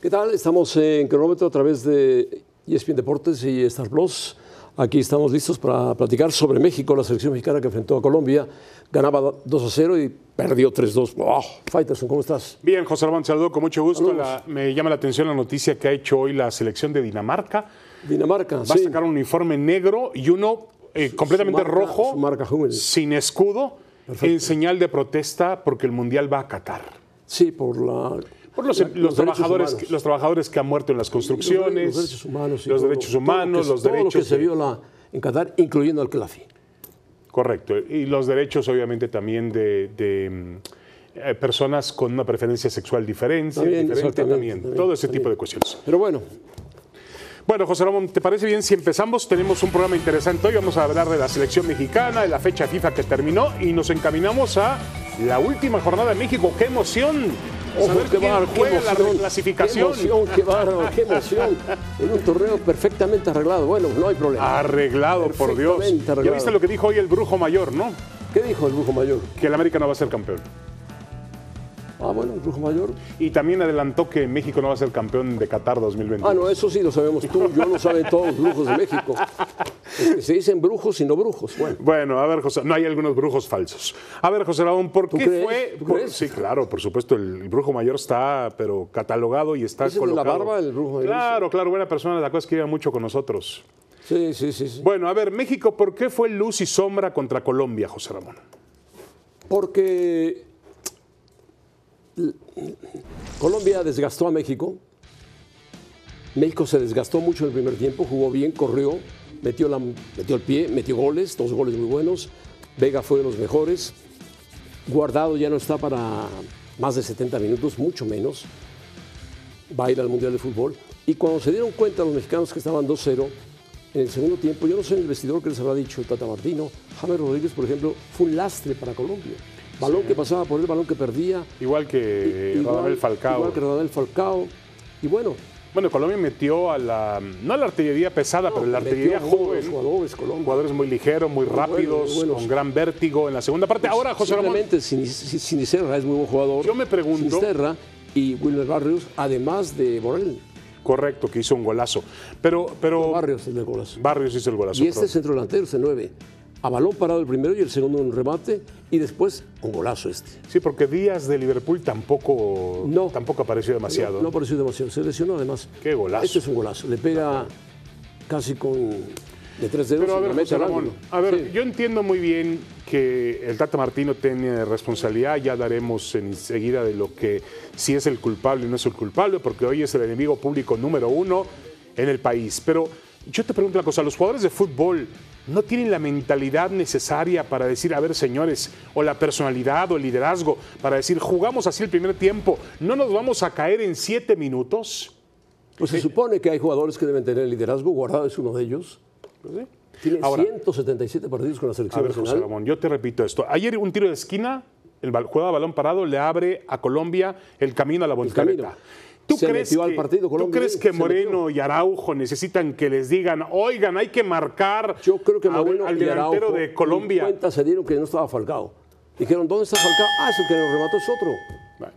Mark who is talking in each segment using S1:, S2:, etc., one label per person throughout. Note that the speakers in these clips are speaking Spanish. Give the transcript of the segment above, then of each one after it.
S1: ¿Qué tal? Estamos en cronómetro a través de E ESPN Deportes y Star Plus. Aquí estamos listos para platicar sobre México, la selección mexicana que enfrentó a Colombia. Ganaba 2 a 0 y perdió 3-2. Oh, Fighterson, ¿cómo estás?
S2: Bien, José Armando, saludo con mucho gusto. La, me llama la atención la noticia que ha hecho hoy la selección de Dinamarca.
S1: Dinamarca,
S2: Va
S1: sí.
S2: a sacar un uniforme negro y uno eh, completamente
S1: marca-
S2: rojo,
S1: su marca juvenil.
S2: sin escudo, en señal de protesta porque el Mundial va a Qatar.
S1: Sí, por la.
S2: Por los,
S1: la- derechos
S2: los trabajadores,
S1: humanos.
S2: que- los trabajadores que han muerto en las construcciones,
S1: Los derechos humanos. y
S2: los
S1: todo lo-
S2: derechos
S1: todo lo
S2: humanos,
S1: que-
S2: los
S1: todo
S2: derechos
S1: lo que se
S2: de-
S1: viola en Qatar, incluyendo al Clafi.
S2: Correcto. Y los derechos, obviamente, también de, de, mm, eh, personas con una preferencia sexual diferente,
S1: También,
S2: diferente
S1: exactamente,
S2: también,
S1: también,
S2: todo ese tipo
S1: también.
S2: de cuestiones.
S1: Pero bueno,
S2: Bueno, José Ramón, ¿te parece bien si empezamos? Tenemos un programa interesante hoy, vamos a hablar de la selección mexicana, de la fecha FIFA que terminó y nos encaminamos a la última jornada de México. ¡Qué emoción! Saber
S1: Ojo,
S2: quién
S1: bárbaro,
S2: juega la reclasificación.
S1: Qué emoción, qué bárbaro, qué emoción. En un torneo perfectamente arreglado. Bueno, no hay problema.
S2: Arreglado, por Dios.
S1: Perfectamente
S2: Ya
S1: arreglado.
S2: viste lo que dijo hoy el brujo mayor, ¿no?
S1: ¿Qué dijo el Brujo Mayor?
S2: Que el América no va a ser campeón.
S1: Ah, bueno, el Brujo Mayor.
S2: Y también adelantó que México no va a ser campeón de Qatar 2020.
S1: Ah, no, eso sí lo sabemos tú, yo lo saben todos los brujos de México. Es que se dicen brujos y no brujos. Bueno,
S2: Bueno, a ver, José, no hay algunos brujos falsos. A ver, José Ramón, ¿por qué
S1: crees?
S2: fue?
S1: ¿Tú
S2: por-
S1: crees?
S2: sí, claro, por supuesto, el brujo mayor está, pero catalogado y está
S1: ¿Ese de la
S2: colocado.
S1: barba, el brujo mayor?
S2: Claro, claro, buena persona, la cosa es que iba mucho con nosotros.
S1: sí, sí, sí. sí.
S2: Bueno, a ver, México, ¿por qué fue luz y sombra contra Colombia, José Ramón?
S1: Porque Colombia desgastó a México. México se desgastó mucho en el primer tiempo, jugó bien, corrió, metió, la- metió el pie, metió goles, dos goles muy buenos. Vega fue de los mejores. Guardado ya no está para más de 70 minutos, mucho menos. Va a ir al Mundial de Fútbol. Y cuando se dieron cuenta los mexicanos que estaban 2-0, en el segundo tiempo, yo no sé en el vestidor que les habrá dicho el Tata Martino, James Rodríguez, por ejemplo, fue un lastre para Colombia. Balón que pasaba por él, balón que perdía.
S2: Igual que
S1: Igual-
S2: Radamel Falcao.
S1: Igual que Radamel Falcao. Y bueno,
S2: Bueno, Colombia metió a la, no a la artillería pesada, pero la artillería
S1: metió muy
S2: joven.
S1: buenos jugadores, Colombia.
S2: Jugadores muy ligeros, muy
S1: buenos, muy
S2: rápidos,
S1: buenos.
S2: con gran vértigo en la segunda parte. Ahora, José Ramón,
S1: Pues Simplemente Sin- Sin- Sinisterra es muy buen jugador.
S2: Yo me pregunto-
S1: Sinisterra y Wilmer Barrios, además de Borrell.
S2: Correcto, que hizo un golazo. Pero, pero
S1: Barrios el de golazo.
S2: Barrios hizo el golazo.
S1: Y este
S2: pero-
S1: centro delantero, este 9. A balón parado el primero y el segundo en un remate. Y después un golazo este.
S2: Sí, porque Díaz de Liverpool tampoco,
S1: No.
S2: tampoco apareció demasiado.
S1: No, no apareció demasiado. Se lesionó además.
S2: Qué golazo.
S1: Este es un golazo. Le pega casi con. de tres dedos.
S2: pero a
S1: y la
S2: ver,
S1: mete
S2: José
S1: al
S2: Ramón,
S1: ángulo.
S2: a ver,
S1: Sí.
S2: yo entiendo muy bien que el Tata Martino tiene responsabilidad, ya daremos enseguida de lo que si es el culpable y no es el culpable, porque hoy es el enemigo público número uno en el país. Pero yo te pregunto una cosa, los jugadores de fútbol no tienen la mentalidad necesaria para decir, a ver señores, o la personalidad o el liderazgo, para decir, jugamos así el primer tiempo, no nos vamos a caer en siete minutos.
S1: Pues
S2: eh,
S1: se supone que hay jugadores que deben tener liderazgo, Guardado es uno de ellos. Tiene
S2: Ahora-
S1: 177 partidos con la
S2: A
S1: selección
S2: ver, José
S1: nacional.
S2: Ramón, yo te repito esto. Ayer un tiro de esquina, el bal- jugada a balón parado le abre a Colombia el camino a la voltereta.
S1: camino. Se metió al partido
S2: ¿tú
S1: Colombia,
S2: crees
S1: sí,
S2: que
S1: se
S2: Moreno y Araujo necesitan que les digan, oigan, hay que marcar
S1: Yo creo que
S2: a-
S1: Moreno
S2: al
S1: y
S2: delantero
S1: Araujo
S2: de
S1: ni
S2: Colombia?
S1: cuenta se dieron que no estaba Falcao. Dijeron, ¿dónde está Falcao? Ah, es el que lo remató, es otro.
S2: Bueno,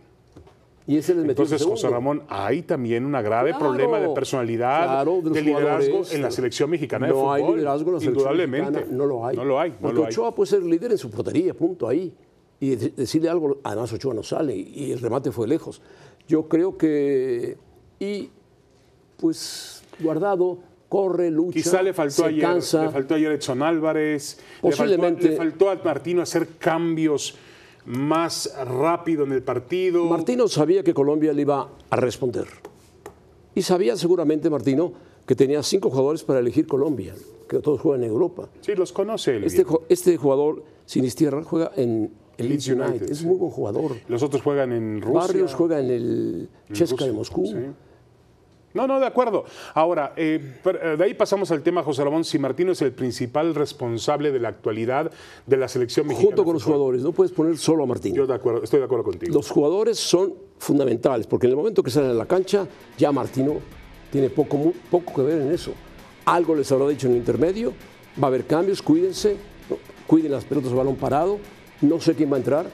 S1: Y ese les metió el
S2: Entonces, José
S1: segundo.
S2: Ramón, hay también un grave
S1: Claro,
S2: problema de personalidad,
S1: claro, de los
S2: de liderazgo
S1: jugadores.
S2: en la selección mexicana de
S1: No
S2: fútbol.
S1: hay liderazgo en la selección
S2: Indudablemente.
S1: mexicana, no lo hay.
S2: No lo hay, no
S1: Porque
S2: lo hay.
S1: Ochoa puede ser líder en su portería, punto, ahí. Y de- decirle algo, además Ochoa no sale y el remate fue lejos. Yo creo que... Y pues guardado, corre, lucha,
S2: Quizá le faltó,
S1: se
S2: ayer,
S1: cansa.
S2: le faltó ayer Edson Álvarez. le faltó-
S1: Posiblemente.
S2: Le faltó, a Martino hacer cambios más rápido en el partido.
S1: Martino sabía que Colombia le iba a responder. Y sabía seguramente Martino que tenía cinco jugadores para elegir Colombia, que todos juegan en Europa.
S2: Sí, los conoce él
S1: Este,
S2: bien.
S1: ju- este jugador, Sinistierra, juega en el Leeds United.
S2: United,
S1: Es
S2: sí.
S1: muy buen jugador.
S2: Los otros juegan en Rusia.
S1: Barrios juega en el Chesca de Moscú.
S2: Sí. No, no, de acuerdo. Ahora, eh, per- eh, de ahí pasamos al tema, José Ramón, si Martino es el principal responsable de la actualidad de la selección mexicana.
S1: Junto con los jugadores, no puedes poner solo a Martino.
S2: Yo de acuerdo, estoy de acuerdo contigo.
S1: Los jugadores son fundamentales, porque en el momento que salen a la cancha, ya Martino tiene poco, mu- poco que ver en eso. Algo les habrá dicho en el intermedio, va a haber cambios, cuídense, no, cuiden las pelotas de balón parado, no sé quién va a entrar,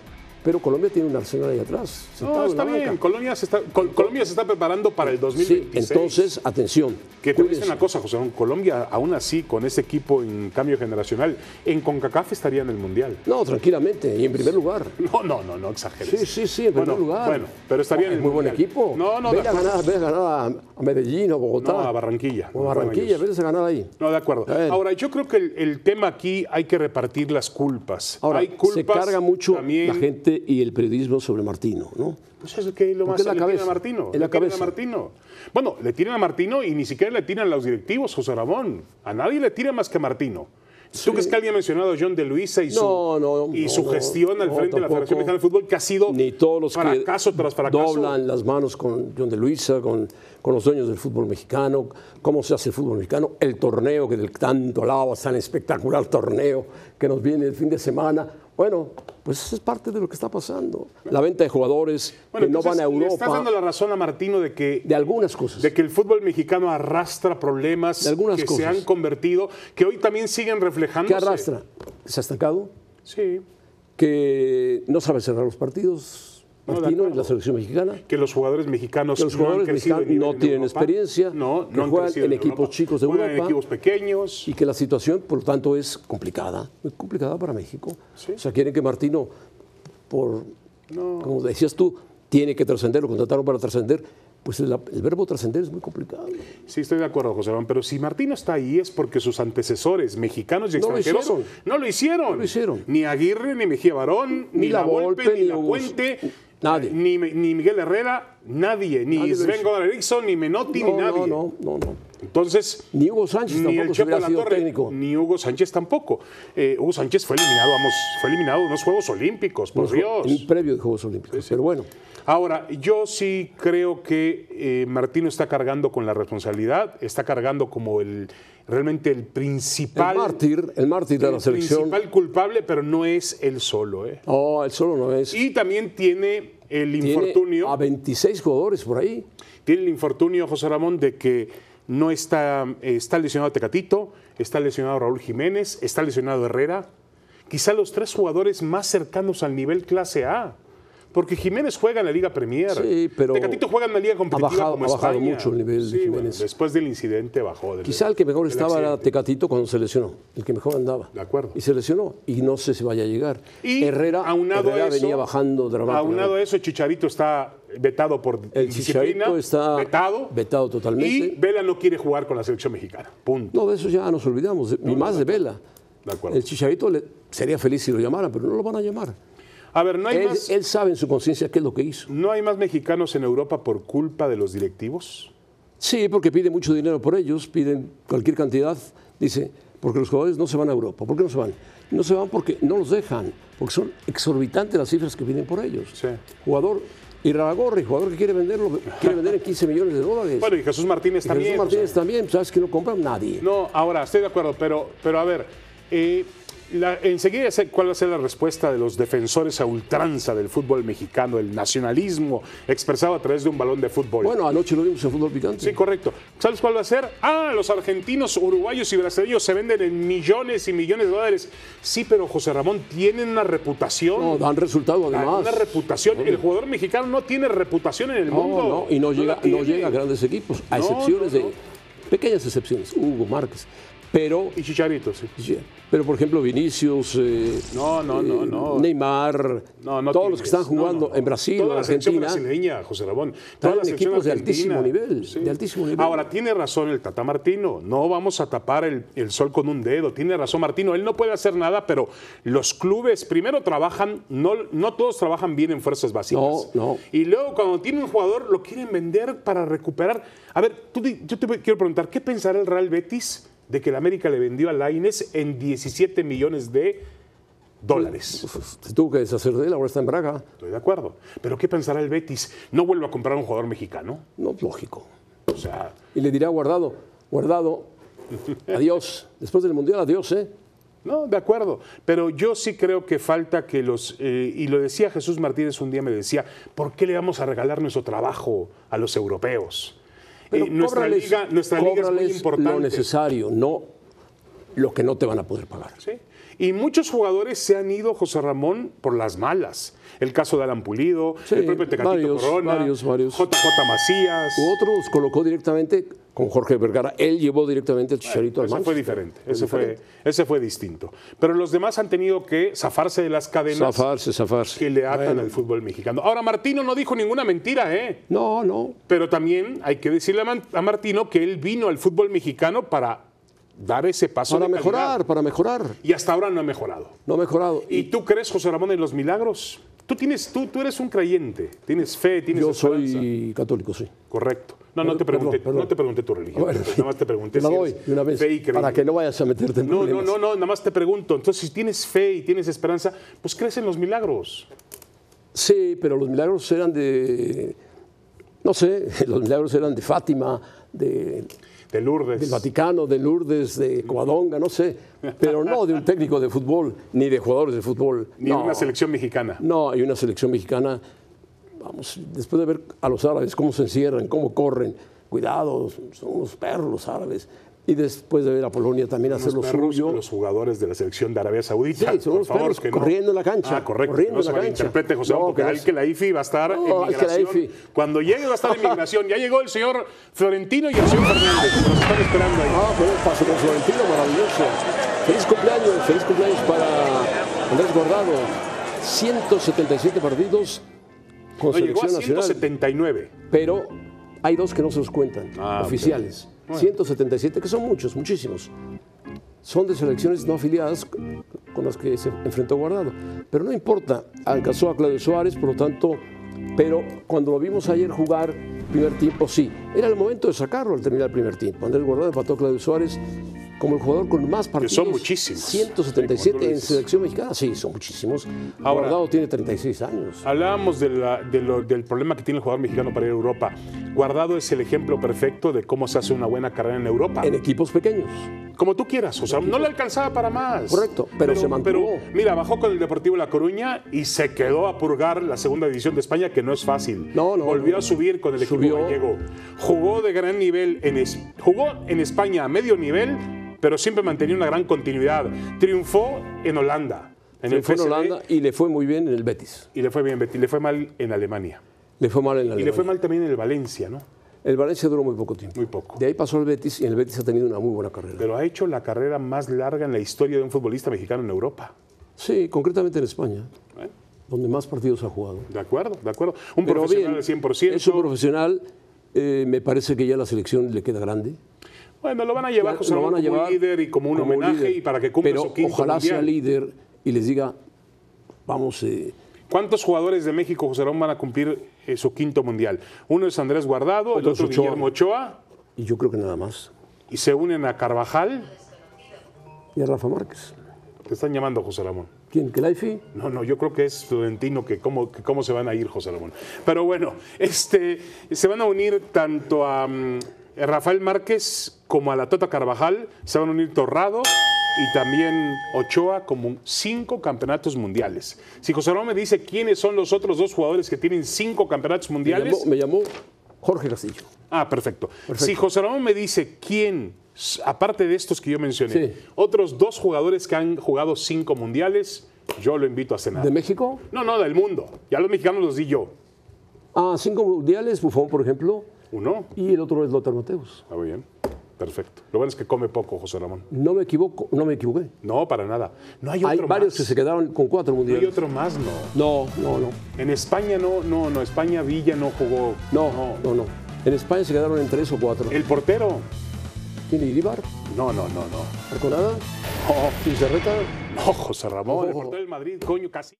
S1: Pero Colombia tiene un arsenal ahí atrás.
S2: No,
S1: sentado en
S2: está
S1: la
S2: bien.
S1: banca.
S2: Colombia se, está, Col- Colombia se está preparando para el
S1: Sí,
S2: 2026.
S1: entonces, atención.
S2: Que te voy a decir
S1: cuídense.
S2: una cosa, José Ramón, Colombia, aún así, con ese equipo en cambio generacional, en CONCACAF estaría en el Mundial.
S1: No, tranquilamente, y en primer lugar.
S2: No, no, no, no exageres.
S1: Sí, sí, sí, en primer
S2: Bueno,
S1: lugar. Ah, Oh,
S2: Bueno, pero estaría en
S1: es
S2: el
S1: muy buen
S2: Mundial.
S1: equipo.
S2: No, no, de
S1: Vete a
S2: acuerdo.
S1: ganar, vete a ganar a- a Medellín o Bogotá.
S2: No, a Barranquilla.
S1: O a Barranquilla, vete a ganar ahí.
S2: No, de acuerdo.
S1: A ver.
S2: Ahora, yo creo que el, el tema aquí hay que repartir las culpas.
S1: Ahora,
S2: hay culpas
S1: se carga mucho
S2: también-
S1: la gente y el periodismo sobre Martino, ¿no?
S2: Pues es que lo
S1: Porque
S2: más
S1: es
S2: le
S1: la
S2: tiran a
S1: cabeza,
S2: Martino.
S1: es la
S2: le tiran
S1: cabeza.
S2: a Martino. Bueno, le tiran a Martino y ni siquiera le tiran a los directivos, José Ramón. A nadie le tira más que a Martino. ¿Tú crees que alguien ha mencionado a John de Luisa y su,
S1: No, no,
S2: y
S1: no,
S2: su
S1: no,
S2: gestión al
S1: no,
S2: frente de
S1: tampoco.
S2: la Federación Mexicana de Fútbol que ha sido
S1: Ni todos los
S2: fracaso
S1: que
S2: tras fracaso?
S1: doblan las manos con John de Luisa, con, con los dueños del fútbol mexicano, cómo se hace el fútbol mexicano, el torneo que del tanto alabas, tan espectacular torneo que nos viene el fin de semana. Bueno, pues eso es parte de lo que está pasando. La venta de jugadores
S2: Bueno,
S1: que no
S2: entonces,
S1: van a
S2: Le estás dando
S1: Europa,
S2: la razón a Martino de que
S1: de algunas cosas.
S2: de que el fútbol mexicano arrastra problemas
S1: De algunas
S2: que se
S1: cosas.
S2: han convertido, que hoy también siguen reflejando.
S1: ¿Qué arrastra? ¿Se ha estancado?
S2: Sí,
S1: que no sabe cerrar los partidos,
S2: No, de
S1: Martino, y
S2: acuerdo.
S1: la selección mexicana.
S2: que los jugadores mexicanos,
S1: Que los jugadores
S2: no, han crecido
S1: mexicanos
S2: en nivel
S1: no
S2: en
S1: tienen
S2: Europa.
S1: experiencia,
S2: no,
S1: que
S2: no han
S1: juegan
S2: crecido
S1: en equipos
S2: Europa.
S1: chicos de
S2: Juegan en
S1: Europa.
S2: equipos pequeños.
S1: Y que la situación, por lo tanto, es complicada, muy complicada para México. O sea, quieren que Martino, por, como decías tú, tiene que trascender, lo contrataron para trascender. Pues el, el verbo trascender es muy complicado.
S2: Sí, estoy de acuerdo, José Ramón, pero si Martino está ahí es porque sus antecesores mexicanos y
S1: No lo
S2: extranjeros
S1: hicieron.
S2: no lo hicieron.
S1: No lo hicieron.
S2: Ni Aguirre, ni Mejía Barón, ni,
S1: Ni
S2: La
S1: La
S2: Volpe,
S1: Volpe,
S2: ni
S1: ni
S2: La
S1: Hugo-
S2: Puente,
S1: nadie.
S2: Ni, ni Miguel Herrera, nadie, ni
S1: Nadie lo
S2: Sven
S1: hizo.
S2: Goran Eriksson, ni Menotti,
S1: No,
S2: ni nadie.
S1: no, no, no, no.
S2: Entonces,
S1: Ni Hugo Sánchez
S2: ni el
S1: tampoco se
S2: Chepo de
S1: hubiera
S2: la
S1: sido
S2: Torre,
S1: técnico.
S2: ni Hugo Sánchez tampoco. Eh, Hugo Sánchez fue eliminado, vamos, fue eliminado de unos Juegos Olímpicos, por Dios.
S1: En un previo de Juegos Olímpicos. Pero bueno,
S2: Ahora, yo sí creo que eh, Martino está cargando con la responsabilidad, está cargando como el realmente el
S1: el
S2: principal,
S1: mártir, el mártir de
S2: el
S1: la selección.
S2: principal culpable, pero no es él solo. ¿eh?
S1: No, él solo no es.
S2: Y también tiene el
S1: Tiene
S2: infortunio,
S1: a 26 jugadores por ahí.
S2: tiene el infortunio José Ramón de que no está eh, está lesionado Tecatito, está lesionado Raúl Jiménez, está lesionado Herrera, quizá los tres jugadores más cercanos al nivel clase A. Porque Jiménez juega en la Liga Premier.
S1: Sí, pero
S2: Tecatito juega en la Liga Competitiva
S1: bajado-
S2: como
S1: ha bajado
S2: España.
S1: mucho el nivel de
S2: Sí, bueno,
S1: Jiménez.
S2: después del incidente bajó. del-
S1: Quizá el que mejor
S2: del
S1: estaba era
S2: accidente.
S1: Tecatito cuando se lesionó, el que mejor andaba.
S2: De acuerdo.
S1: Y se lesionó y no sé si vaya a llegar.
S2: Y
S1: Herrera,
S2: aunado a
S1: Herrera
S2: eso-
S1: venía bajando dramáticamente.
S2: Aunado a eso, Chicharito está vetado por
S1: El
S2: disciplina,
S1: Chicharito está
S2: vetado,
S1: vetado totalmente.
S2: Y Vela no quiere jugar con la selección mexicana. Punto.
S1: No, de eso ya nos olvidamos, de- ni más de Vela.
S2: De acuerdo.
S1: El Chicharito le- sería feliz si lo llamaran, pero no lo van a llamar.
S2: A ver, no hay
S1: Él,
S2: más.
S1: él sabe en su conciencia qué es lo que hizo.
S2: ¿No hay más mexicanos en Europa por culpa de los directivos?
S1: Sí, porque piden mucho dinero por ellos, piden cualquier cantidad. Dice, porque los jugadores no se van a Europa. ¿Por qué no se van? No se van porque no los dejan, porque son exorbitantes las cifras que piden por ellos.
S2: Sí.
S1: Jugador Iraragorri, jugador que quiere venderlo, quiere vender en 15 millones de dólares.
S2: Bueno, y Jesús Martínez
S1: Y
S2: también.
S1: Jesús
S2: o sea,
S1: Martínez también, sabes que no compran nadie.
S2: No, ahora estoy de acuerdo, pero, pero a ver, eh, la- enseguida sé cuál va a ser la respuesta de los defensores a ultranza del fútbol mexicano, el nacionalismo expresado a través de un balón de fútbol.
S1: Bueno, anoche lo vimos en fútbol picante.
S2: Sí, correcto. ¿Sabes cuál va a ser? Ah, los argentinos, uruguayos y brasileños se venden en millones y millones de dólares. Sí, pero José Ramón, tienen una reputación.
S1: No, dan resultado además.
S2: Una reputación. El jugador mexicano no tiene reputación en el
S1: No,
S2: mundo.
S1: no, y no, llega,
S2: la
S1: no
S2: tiene.
S1: llega a grandes equipos, a
S2: No,
S1: excepciones
S2: no, no.
S1: de pequeñas excepciones, Hugo Márquez. Pero
S2: Y Chicharito, sí.
S1: Sí, Pero por ejemplo, Vinicius, eh,
S2: No, no, no, no.
S1: Neymar,
S2: No, no
S1: todos los
S2: tienes.
S1: que están
S2: No,
S1: jugando
S2: no, no.
S1: en Brasil
S2: Toda
S1: o en
S2: la selección
S1: Argentina,
S2: brasileña, José Ramón. Toda
S1: traen
S2: la selección
S1: equipos de
S2: argentina.
S1: altísimo nivel, de altísimo nivel.
S2: Ahora, tiene razón el Tata Martino. No vamos a tapar el, el sol con un dedo. Tiene razón Martino. Él no puede hacer nada, pero los clubes primero trabajan, no, no todos trabajan bien en fuerzas básicas.
S1: No, no.
S2: Y luego, cuando tiene un jugador, lo quieren vender para recuperar. A ver, tú di- yo te quiero preguntar, ¿qué pensará el Real Betis de que el América le vendió a Laines en 17 millones de dólares?
S1: se tuvo que deshacer de él, ahora está en Braga.
S2: Estoy de acuerdo. Pero ¿qué pensará el Betis? ¿No vuelve a comprar un jugador mexicano?
S1: No, es lógico.
S2: O sea,
S1: Y le dirá guardado, guardado, adiós. Después del Mundial, adiós, ¿eh?
S2: no, de acuerdo. Pero yo sí creo que falta que los... eh, y lo decía Jesús Martínez un día, me decía, ¿por qué le vamos a regalar nuestro trabajo a los europeos?
S1: Pero
S2: Eh, nuestra
S1: cóbrales-
S2: liga, nuestra liga es muy
S1: cóbrales
S2: importante.
S1: lo necesario, no lo que no te van a poder pagar.
S2: ¿sí? Y muchos jugadores se han ido, José Ramón, por las malas. El caso de Alan Pulido,
S1: Sí,
S2: el propio Tecatito
S1: varios,
S2: Corona,
S1: varios, varios.
S2: JJ Macías.
S1: U otro los colocó directamente con Jorge Vergara. Él llevó directamente el chicharito al
S2: Ese
S1: Manchester.
S2: fue diferente, ese fue, ese fue distinto. Pero los demás han tenido que zafarse de las cadenas
S1: Zafarse, zafarse.
S2: que le atan al fútbol mexicano. Ahora, Martino no dijo ninguna mentira, ¿eh?
S1: No, no.
S2: Pero también hay que decirle a, Man- a Martino que él vino al fútbol mexicano para dar ese paso.
S1: Para
S2: de calidad.
S1: mejorar, para mejorar.
S2: Y hasta ahora no ha mejorado.
S1: No ha mejorado.
S2: ¿Y tú crees, José Ramón, en los milagros? Tú, tienes, tú, tú eres un creyente, tienes fe, tienes
S1: Yo
S2: esperanza.
S1: soy católico, sí.
S2: Correcto. No, no
S1: Perdón,
S2: te pregunté,
S1: perdón, perdón.
S2: no te pregunté tu religión.
S1: Bueno,
S2: nada más te pregunté
S1: Te la
S2: si
S1: doy
S2: eres
S1: de una vez
S2: fe y
S1: para
S2: creyente.
S1: que no vayas a meterte en
S2: No, no,
S1: problemas.
S2: no, no, nada más te pregunto. Entonces, si tienes fe y tienes esperanza, pues crees en los milagros.
S1: Sí, pero los milagros eran de, no sé, los milagros eran de Fátima, de,
S2: De Lourdes.
S1: del Vaticano, de Lourdes, de Coadonga, no sé, pero no de un técnico de fútbol, ni de jugadores de fútbol.
S2: Ni
S1: no,
S2: una selección mexicana.
S1: no, hay una selección mexicana, vamos, después de ver a los árabes cómo se encierran, cómo corren, cuidado, son unos perros los árabes, y después de ver a Polonia también hacer
S2: Los,
S1: lo
S2: perros,
S1: suyo.
S2: los jugadores de la selección de Arabia Saudita.
S1: Sí, son
S2: por
S1: los
S2: favor,
S1: perros
S2: que no-
S1: corriendo en la cancha,
S2: Ah, correcto.
S1: corriendo
S2: no
S1: en
S2: se
S1: la cancha.
S2: malinterprete, José,
S1: No,
S2: porque
S1: que no
S2: al
S1: se-
S2: que la IFI va a estar
S1: No,
S2: en migración.
S1: Al-Khelaifi.
S2: Cuando llegue va a estar en migración. Ya llegó el señor Florentino y el señor Fernández. Nos están esperando ahí.
S1: Ah, pero paso con Florentino, maravilloso. Feliz cumpleaños, feliz cumpleaños para Andrés Guardado. 177 partidos con
S2: No, llegó a
S1: selección nacional.
S2: 179.
S1: Pero hay dos que no se los cuentan,
S2: Ah, ok.
S1: oficiales. 177, que son muchos, muchísimos. Son de selecciones no afiliadas con las que se enfrentó Guardado. Pero no importa, alcanzó a Claudio Suárez, por lo tanto, pero cuando lo vimos ayer jugar primer tiempo, sí, era el momento de sacarlo al terminar el primer tiempo. Andrés Guardado empató a Claudio Suárez como el jugador con más partidos.
S2: son muchísimos. Sí, como tú
S1: 177
S2: lo
S1: en
S2: dices.
S1: selección mexicana, sí, son muchísimos.
S2: Ahora-
S1: Guardado tiene 36 años.
S2: Hablábamos de la- de lo- del problema que tiene el jugador mexicano para ir a Europa. Guardado es el ejemplo perfecto de cómo se hace una buena carrera en Europa.
S1: En equipos pequeños.
S2: Como tú quieras, o sea, no le alcanzaba para más.
S1: Correcto, pero se mantuvo.
S2: pero, mira, bajó con el Deportivo La Coruña y se quedó a purgar la segunda división de España, que no es fácil.
S1: No, no,
S2: Volvió
S1: no.
S2: a subir con el equipo
S1: Subió.
S2: gallego. Jugó de gran nivel, en es- jugó en España a medio nivel, pero siempre mantenía una gran continuidad. Triunfó en Holanda. En
S1: Se
S2: el
S1: fue en
S2: PSV,
S1: Holanda y le fue muy bien en el Betis.
S2: Y le fue bien, Betty. Le fue mal en Alemania.
S1: Le fue mal en la
S2: Y le fue mal también en el Valencia, ¿no?
S1: El Valencia duró muy poco tiempo.
S2: Muy poco.
S1: De ahí pasó al Betis y el Betis ha tenido una muy buena carrera.
S2: Pero ha hecho la carrera más larga en la historia de un futbolista mexicano en Europa.
S1: Sí, concretamente en España,
S2: ¿Eh?
S1: donde más partidos ha jugado.
S2: De acuerdo, de acuerdo. Un
S1: Pero
S2: profesional
S1: bien,
S2: al 100%.
S1: es un profesional. eh, me parece que ya la selección le queda grande.
S2: Bueno, lo van a llevar, José
S1: lo
S2: Ramón,
S1: van a
S2: como
S1: llevar
S2: líder y como un homenaje
S1: líder.
S2: y para que cumpla
S1: Pero
S2: su quinto
S1: ojalá sea
S2: mundial.
S1: líder y les diga, vamos, eh,
S2: ¿Cuántos jugadores de México, José Ramón, van a cumplir eh, su quinto mundial? Uno es Andrés Guardado, el
S1: Otro es
S2: otro
S1: Ochoa.
S2: Guillermo Ochoa,
S1: y yo creo que nada más.
S2: y se unen a Carvajal.
S1: Y a Rafa Márquez.
S2: Te están llamando, José Ramón.
S1: ¿Quién? ¿Kelaifi?
S2: No, no, yo creo que es Florentino, que cómo, que cómo se van a ir, José Ramón. Pero bueno, este, se van a unir tanto a mm, Rafael Márquez como a la Tota Carvajal, se van a unir Torrado y también Ochoa como cinco campeonatos mundiales. Si José Ramón me dice quiénes son los otros dos jugadores que tienen cinco campeonatos
S1: Me llamó,
S2: mundiales.
S1: me llamó Jorge Castillo.
S2: Ah, perfecto. Si José Ramón me dice quién, s- aparte de estos que yo mencioné,
S1: Sí.
S2: otros dos jugadores que han jugado cinco mundiales, yo lo invito a cenar.
S1: ¿De México?
S2: No, no, del mundo. Ya los mexicanos los di yo.
S1: Ah, cinco mundiales, Bufón, por ejemplo,
S2: Uno.
S1: y el otro es Lothar Mateus.
S2: Está bien. Perfecto. Lo bueno es que come poco, José Ramón.
S1: No me equivoco, no me equivoqué.
S2: No, para nada. No hay otro
S1: Hay
S2: más.
S1: varios que se quedaron con cuatro
S2: No hay
S1: mundiales.
S2: otro más, no.
S1: No, no, no,
S2: En España no, no, no. España Villa no jugó.
S1: no, no, no. En España se quedaron en tres o cuatro.
S2: El portero.
S1: ¿Quién Iribar?
S2: No, no, no, no.
S1: ¿Arconada? oh,
S2: No,
S1: ¿Pizarreta?
S2: no, José Ramón. El
S1: Ojo.
S2: portero del Madrid, coño, casi.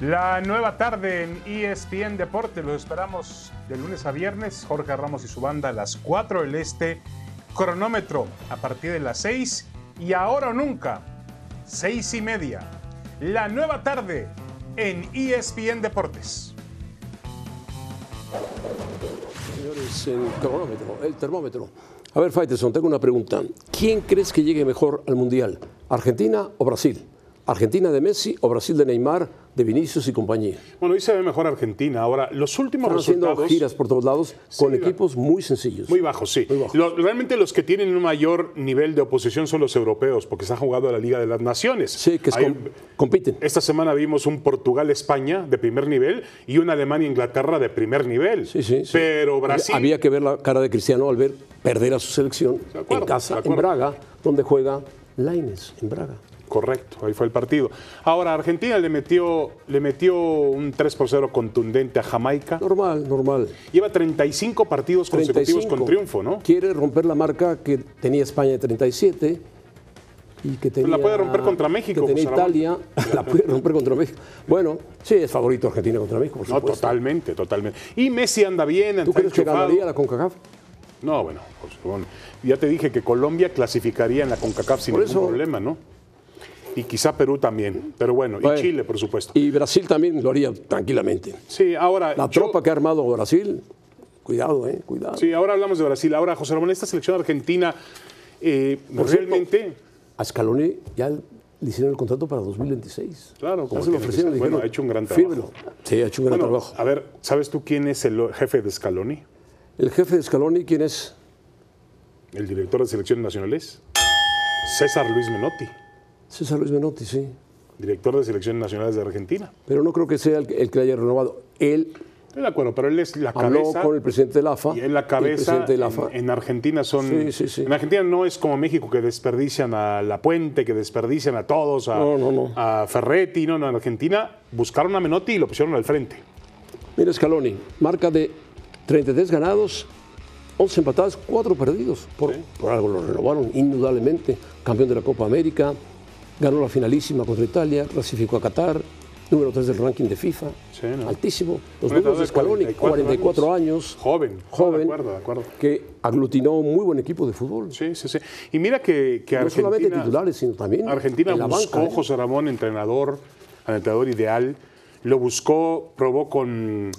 S2: La nueva tarde en E ESPN Deporte. Los esperamos de lunes a viernes. Jorge Ramos y su banda a las 4 del Este. Cronómetro a partir de las 6. Y ahora o nunca, 6 y media. La nueva tarde en E ESPN Deportes.
S1: Señores, el cronómetro, el termómetro. A ver, Faitelson, tengo una pregunta. ¿Quién crees que llegue mejor al mundial? ¿Argentina o Brasil? ¿Argentina de Messi o Brasil de Neymar de Vinicius y compañía.
S2: Bueno, hoy se ve mejor Argentina. Ahora, los últimos
S1: Están haciendo
S2: resultados...
S1: giras por todos lados con
S2: Sí,
S1: equipos muy sencillos.
S2: Muy bajos, sí.
S1: Muy bajos.
S2: Lo- realmente los que tienen un mayor nivel de oposición son los europeos, porque se han jugado a la Liga de las Naciones.
S1: sí, que es
S2: Hay-
S1: com- compiten.
S2: Esta semana vimos un Portugal-España de primer nivel y un Alemania-Inglaterra de primer nivel.
S1: Sí, sí, sí.
S2: Pero Brasil...
S1: Había que ver la cara de Cristiano al ver perder a su selección
S2: De acuerdo,
S1: en casa,
S2: de
S1: en
S2: acuerdo.
S1: Braga, donde juega Laines, en Braga.
S2: Correcto, ahí fue el partido. Ahora, Argentina le metió, le metió un 3 por 0 contundente a Jamaica.
S1: Normal, normal.
S2: Lleva 35 partidos consecutivos
S1: 35.
S2: con triunfo, ¿no?
S1: Quiere romper la marca que tenía España de 37 y que tenía.
S2: Pues puede romper contra México,
S1: Que tenía
S2: José Ramón.
S1: Italia, la puede romper contra México. Bueno, sí, es favorito Argentina contra México, por
S2: No,
S1: supuesto.
S2: totalmente, totalmente. Y Messi anda bien,
S1: ¿Tú
S2: está
S1: crees que
S2: enchufado.
S1: ganaría la CONCACAF?
S2: No, bueno, pues, bueno, ya te dije que Colombia clasificaría en la CONCACAF sin
S1: Por
S2: ningún
S1: eso.
S2: problema, ¿no? Y quizá Perú también, pero bueno,
S1: Bueno.
S2: y Chile, por supuesto.
S1: Y Brasil también lo haría tranquilamente.
S2: Sí, ahora...
S1: La
S2: yo-
S1: tropa que ha armado Brasil, cuidado, eh, cuidado.
S2: Sí, ahora hablamos de Brasil. Ahora, José Ramón, esta selección argentina eh, realmente...
S1: A Scaloni ya le hicieron el contrato para 2026.
S2: Claro, como
S1: Ya se lo
S2: tiene que
S1: ofrecieron,
S2: ser.
S1: le
S2: Bueno,
S1: dijeron,
S2: ha hecho un gran
S1: "Fírmelo". Sí, ha hecho un gran
S2: Bueno,
S1: trabajo.
S2: a ver, ¿sabes tú quién es el jefe de Scaloni?
S1: El jefe de Scaloni, ¿quién es?
S2: El director de selecciones nacionales. César Luis Menotti,
S1: César Luis Menotti, sí.
S2: director de selecciones nacionales de Argentina.
S1: Pero no creo que sea el, que- el que le haya renovado. Él
S2: Estoy de acuerdo, pero él es la
S1: habló
S2: cabeza.
S1: con el presidente de la AFA.
S2: y en la
S1: El
S2: cabeza,
S1: presidente de la AFA.
S2: en, en Argentina son...
S1: Sí, sí, sí.
S2: En Argentina no es como México que desperdician a La Puente, que desperdician a todos, a,
S1: No, no, no.
S2: a Ferretti, no, no, en Argentina buscaron a Menotti y lo pusieron al frente.
S1: Mira Scaloni, marca de 33 ganados, 11 empatadas, 4 perdidos. Por, por algo lo renovaron, indudablemente. Campeón de la Copa América, ganó la finalísima contra Italia, clasificó a Qatar, número 3 del ranking de FIFA,
S2: Sí, ¿no?
S1: altísimo. Los
S2: Un
S1: números
S2: entrenador
S1: de
S2: de
S1: Scaloni,
S2: 44
S1: 44 años,
S2: Joven,
S1: joven,
S2: De acuerdo, de acuerdo.
S1: que aglutinó un muy buen equipo de fútbol.
S2: Sí, sí, sí. Y mira que, que
S1: no
S2: Argentina...
S1: solamente titulares, sino también
S2: Argentina
S1: en la
S2: buscó
S1: banca. ¿eh?
S2: José Ramón, entrenador, al entrenador ideal. Lo buscó, probó con.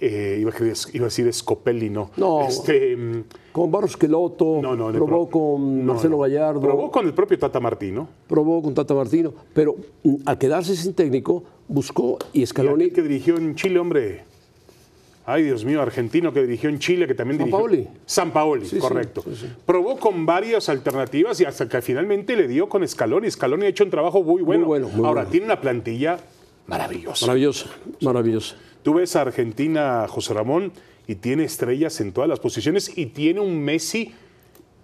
S2: eh, iba, a decir, iba a decir Scopelli, no.
S1: No.
S2: Este, mm,
S1: Con Barros Queloto,
S2: no, no, no,
S1: probó
S2: pro-
S1: con
S2: no,
S1: Marcelo
S2: no.
S1: Gallardo.
S2: Probó con el propio Tata Martino.
S1: probó con Tata Martino, pero mm, al quedarse sin técnico, buscó y Scaloni.
S2: El que dirigió en Chile, hombre. Ay, Dios mío, argentino que dirigió en Chile, que también dirigió.
S1: Sampaoli.
S2: San Paoli,
S1: Sí, sí,
S2: correcto.
S1: sí, sí.
S2: Probó con varias alternativas y hasta que finalmente le dio con Scaloni. Scaloni ha hecho un trabajo muy bueno.
S1: bueno, muy
S2: Ahora
S1: bueno.
S2: tiene una plantilla maravillosa.
S1: Maravilloso, maravilloso.
S2: Tú ves a Argentina, José Ramón, y tiene estrellas en todas las posiciones y tiene un Messi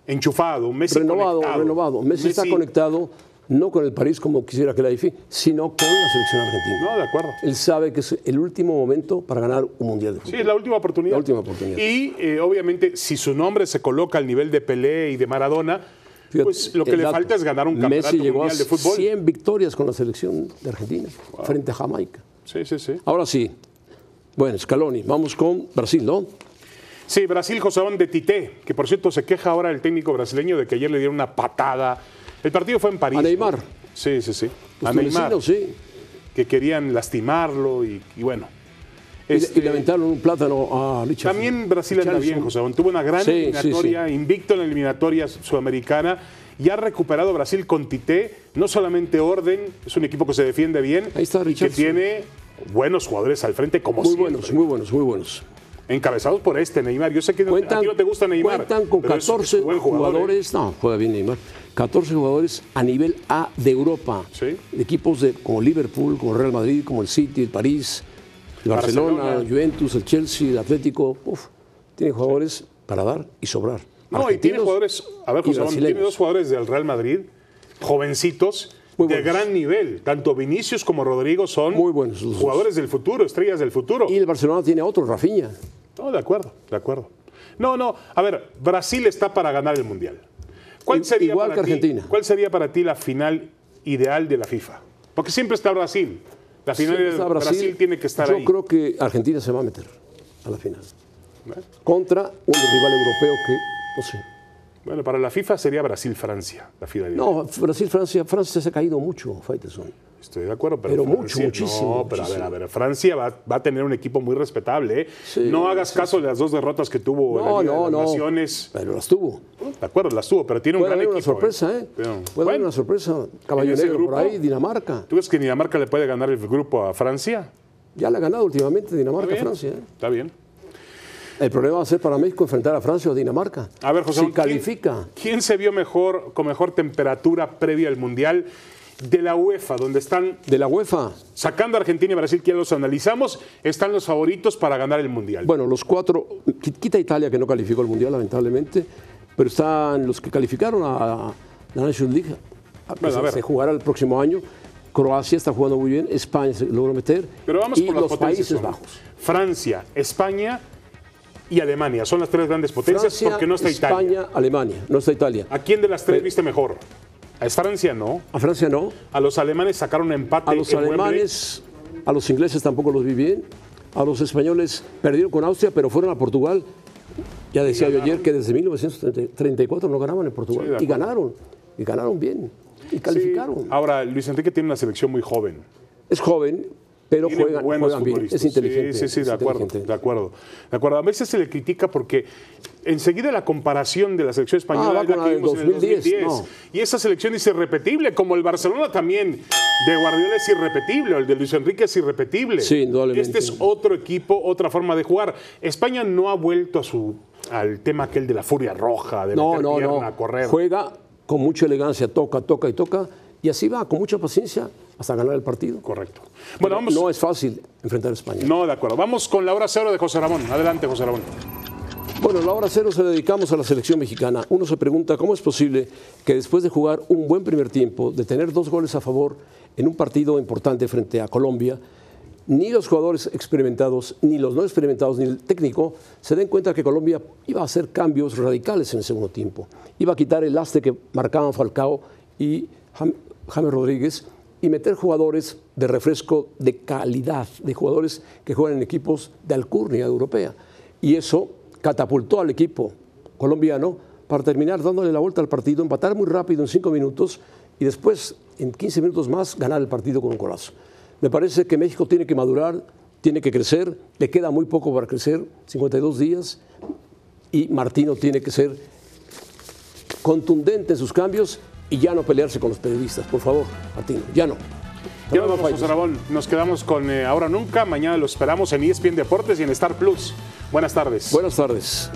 S2: enchufado, un Messi
S1: renovado,
S2: conectado.
S1: renovado. Messi, está conectado no con el París como quisiera que la IFI, sino con la selección argentina.
S2: No, de acuerdo.
S1: Él sabe que es el último momento para ganar un mundial de fútbol.
S2: Sí, es la última oportunidad.
S1: La última oportunidad.
S2: Y eh, obviamente, si su nombre se coloca al nivel de Pelé y de Maradona,
S1: Fíjate,
S2: pues lo que
S1: el
S2: le
S1: dato.
S2: falta es ganar un campeonato
S1: Messi llegó
S2: mundial
S1: a
S2: de fútbol.
S1: 100 victorias con la selección de Argentina frente a Jamaica.
S2: Sí, sí, sí.
S1: Ahora sí. Bueno, Scaloni, vamos con Brasil, ¿no?
S2: Sí, Brasil, José Ramón, de Tite, que por cierto se queja ahora el técnico brasileño de que ayer le dieron una patada. El partido fue en París.
S1: A
S2: ¿no?
S1: Neymar.
S2: Sí, sí, sí.
S1: Los
S2: a Neymar.
S1: tunecinos, sí.
S2: que querían lastimarlo y, y bueno.
S1: Y le-
S2: Este,
S1: y le aventaron un plátano a Richard.
S2: también Brasil anda bien, José. Ramón. Tuvo una gran
S1: Sí, sí,
S2: eliminatoria, invicto en la eliminatoria sudamericana. Y ha recuperado Brasil con Tite, no solamente orden, es un equipo que se defiende bien
S1: Ahí está
S2: y que
S1: Richarlison.
S2: tiene buenos jugadores al frente, como
S1: Muy
S2: siempre.
S1: buenos, muy buenos, muy buenos.
S2: Encabezados por este Neymar. Yo sé que no- a ti no te gusta Neymar.
S1: cuentan con
S2: pero es- es
S1: 14
S2: buen jugador, ¿eh?
S1: jugadores, no, juega bien Neymar, 14 jugadores a nivel A de Europa.
S2: Sí.
S1: De equipos de, como Liverpool, como Real Madrid, como el City, el París, el Barcelona,
S2: Barcelona.
S1: Juventus, el Chelsea, el Atlético. Uf, tiene jugadores para dar y sobrar.
S2: No, y tiene
S1: Argentinos
S2: jugadores, a ver,
S1: y
S2: José, Ramón, tiene
S1: brasileños.
S2: dos jugadores del Real Madrid, jovencitos,
S1: Muy
S2: de
S1: buenos.
S2: gran nivel. Tanto Vinicius como Rodrigo son
S1: Muy buenos los dos.
S2: jugadores del futuro, estrellas del futuro.
S1: Y el Barcelona tiene a otro, Rafinha.
S2: No, de acuerdo, de acuerdo. No, no, a ver, Brasil está para ganar el Mundial. ¿Cuál
S1: I-
S2: sería
S1: igual
S2: para
S1: que
S2: ti-
S1: Argentina.
S2: ¿Cuál sería para ti la final ideal de la FIFA? Porque siempre está Brasil. La final
S1: Siempre
S2: de
S1: está
S2: Brasil, tiene que estar
S1: Yo
S2: ahí.
S1: creo que Argentina se va a
S2: ¿Eh?
S1: meter a la final. Contra un rival europeo que, no sé,
S2: Bueno, para la FIFA sería Brasil-Francia, la finalidad.
S1: No, Brasil, Francia, Francia se ha caído mucho, Faitelson.
S2: Estoy de acuerdo, pero,
S1: Pero mucho,
S2: Francia-
S1: muchísimo,
S2: No, pero a ver,
S1: muchísimo.
S2: a ver, Francia va, va a tener un equipo muy respetable. ¿eh?
S1: Sí,
S2: no hagas caso de las dos derrotas que tuvo en la
S1: No,
S2: Liga de
S1: no,
S2: las
S1: no.
S2: Naciones.
S1: Pero las tuvo.
S2: De acuerdo, las tuvo, pero tiene un
S1: Puede
S2: gran
S1: haber
S2: equipo.
S1: una sorpresa, ¿eh?
S2: ¿eh? Pero,
S1: Puede haber
S2: bueno,
S1: una sorpresa. Caballo
S2: ese
S1: Negro por
S2: grupo-
S1: ahí, Dinamarca.
S2: ¿tú crees que Dinamarca le puede ganar el grupo a Francia?
S1: Ya la ha ganado últimamente
S2: Está
S1: Dinamarca,
S2: bien,
S1: Francia. ¿eh?
S2: Está bien.
S1: El problema va a ser para México enfrentar a Francia o Dinamarca.
S2: A ver, José,
S1: Si
S2: ¿quién-
S1: califica.
S2: ¿quién, se vio mejor con mejor temperatura previa al Mundial? De la UEFA, donde están
S1: De la UEFA.
S2: sacando a Argentina y Brasil, que ya los analizamos, están los favoritos para ganar el Mundial.
S1: Bueno, los cuatro. qui- Quita Italia, que no calificó al mundial, lamentablemente. Pero están los que calificaron a la National League. a- que
S2: Bueno,
S1: se-
S2: a ver.
S1: se jugará el próximo año. Croacia está jugando muy bien. España se logró meter.
S2: Pero vamos
S1: y
S2: por las
S1: los
S2: potencias.
S1: Países
S2: ¿no?
S1: Bajos.
S2: Francia, España y Alemania. Son las tres grandes potencias
S1: Francia,
S2: porque no está
S1: España,
S2: Italia.
S1: Alemania. No está Italia.
S2: ¿A quién de las tres viste mejor? A Francia no.
S1: A Francia no.
S2: A los alemanes sacaron empate.
S1: A los
S2: en Wembley.
S1: alemanes, a los ingleses tampoco los vi bien. A los españoles perdieron con Austria, pero fueron a Portugal. Ya decía yo ayer que desde 1934 no ganaban en
S2: Sí, de
S1: Portugal. y
S2: acuerdo.
S1: ganaron. Y ganaron bien. Y
S2: Sí.
S1: calificaron.
S2: Ahora, Luis Enrique tiene una selección muy joven.
S1: Es joven, pero
S2: Tiene
S1: juegan,
S2: buenos
S1: juegan bien.
S2: futbolistas.
S1: Es inteligente.
S2: Sí, sí, sí,
S1: es
S2: de acuerdo,
S1: inteligente.
S2: de acuerdo. De acuerdo. A veces se le critica porque enseguida la comparación de la selección
S1: Ah,
S2: española
S1: va
S2: es
S1: con
S2: la que
S1: la del
S2: vimos en el 2010.
S1: 2010,
S2: Y esa selección es irrepetible, como el Barcelona también de Guardiola es irrepetible, o el de Luis Enrique es irrepetible.
S1: Sí, indudablemente.
S2: Este es otro equipo, otra forma de jugar. España no ha vuelto a su al tema aquel de la furia roja, de
S1: No,
S2: meter
S1: no,
S2: pierna
S1: no.
S2: a correr.
S1: Juega con mucha elegancia, toca, toca y toca. Y así va, con mucha paciencia, hasta ganar el partido.
S2: Correcto. Bueno, vamos.
S1: No es fácil enfrentar a España.
S2: No, de acuerdo. Vamos con la hora cero de José Ramón. Adelante, José Ramón.
S1: Bueno, la hora cero se la dedicamos a la selección mexicana. Uno se pregunta cómo es posible que después de jugar un buen primer tiempo, de tener dos goles a favor en un partido importante frente a Colombia, ni los jugadores experimentados, ni los no experimentados, ni el técnico se den cuenta que Colombia iba a hacer cambios radicales en el segundo tiempo. Iba a quitar el lastre que marcaban Falcao y Jam- James Rodríguez y meter jugadores de refresco de calidad, de jugadores que juegan en equipos de alcurnia europea. Y eso catapultó al equipo colombiano para terminar dándole la vuelta al partido, empatar muy rápido en cinco minutos y después, en 15 minutos más, ganar el partido con un golazo. Me parece que México tiene que madurar, tiene que crecer, le queda muy poco para crecer, 52 días, y Martino tiene que ser contundente en sus cambios y ya no pelearse con los periodistas. Por favor, Martino, ya no.
S2: Ya nos
S1: Fernando
S2: vamos,
S1: Faites.
S2: José Ramón. Nos quedamos con E eh, Ahora Nunca. Mañana lo esperamos en ESPN Deportes y en Star Plus. Buenas tardes.
S1: Buenas tardes.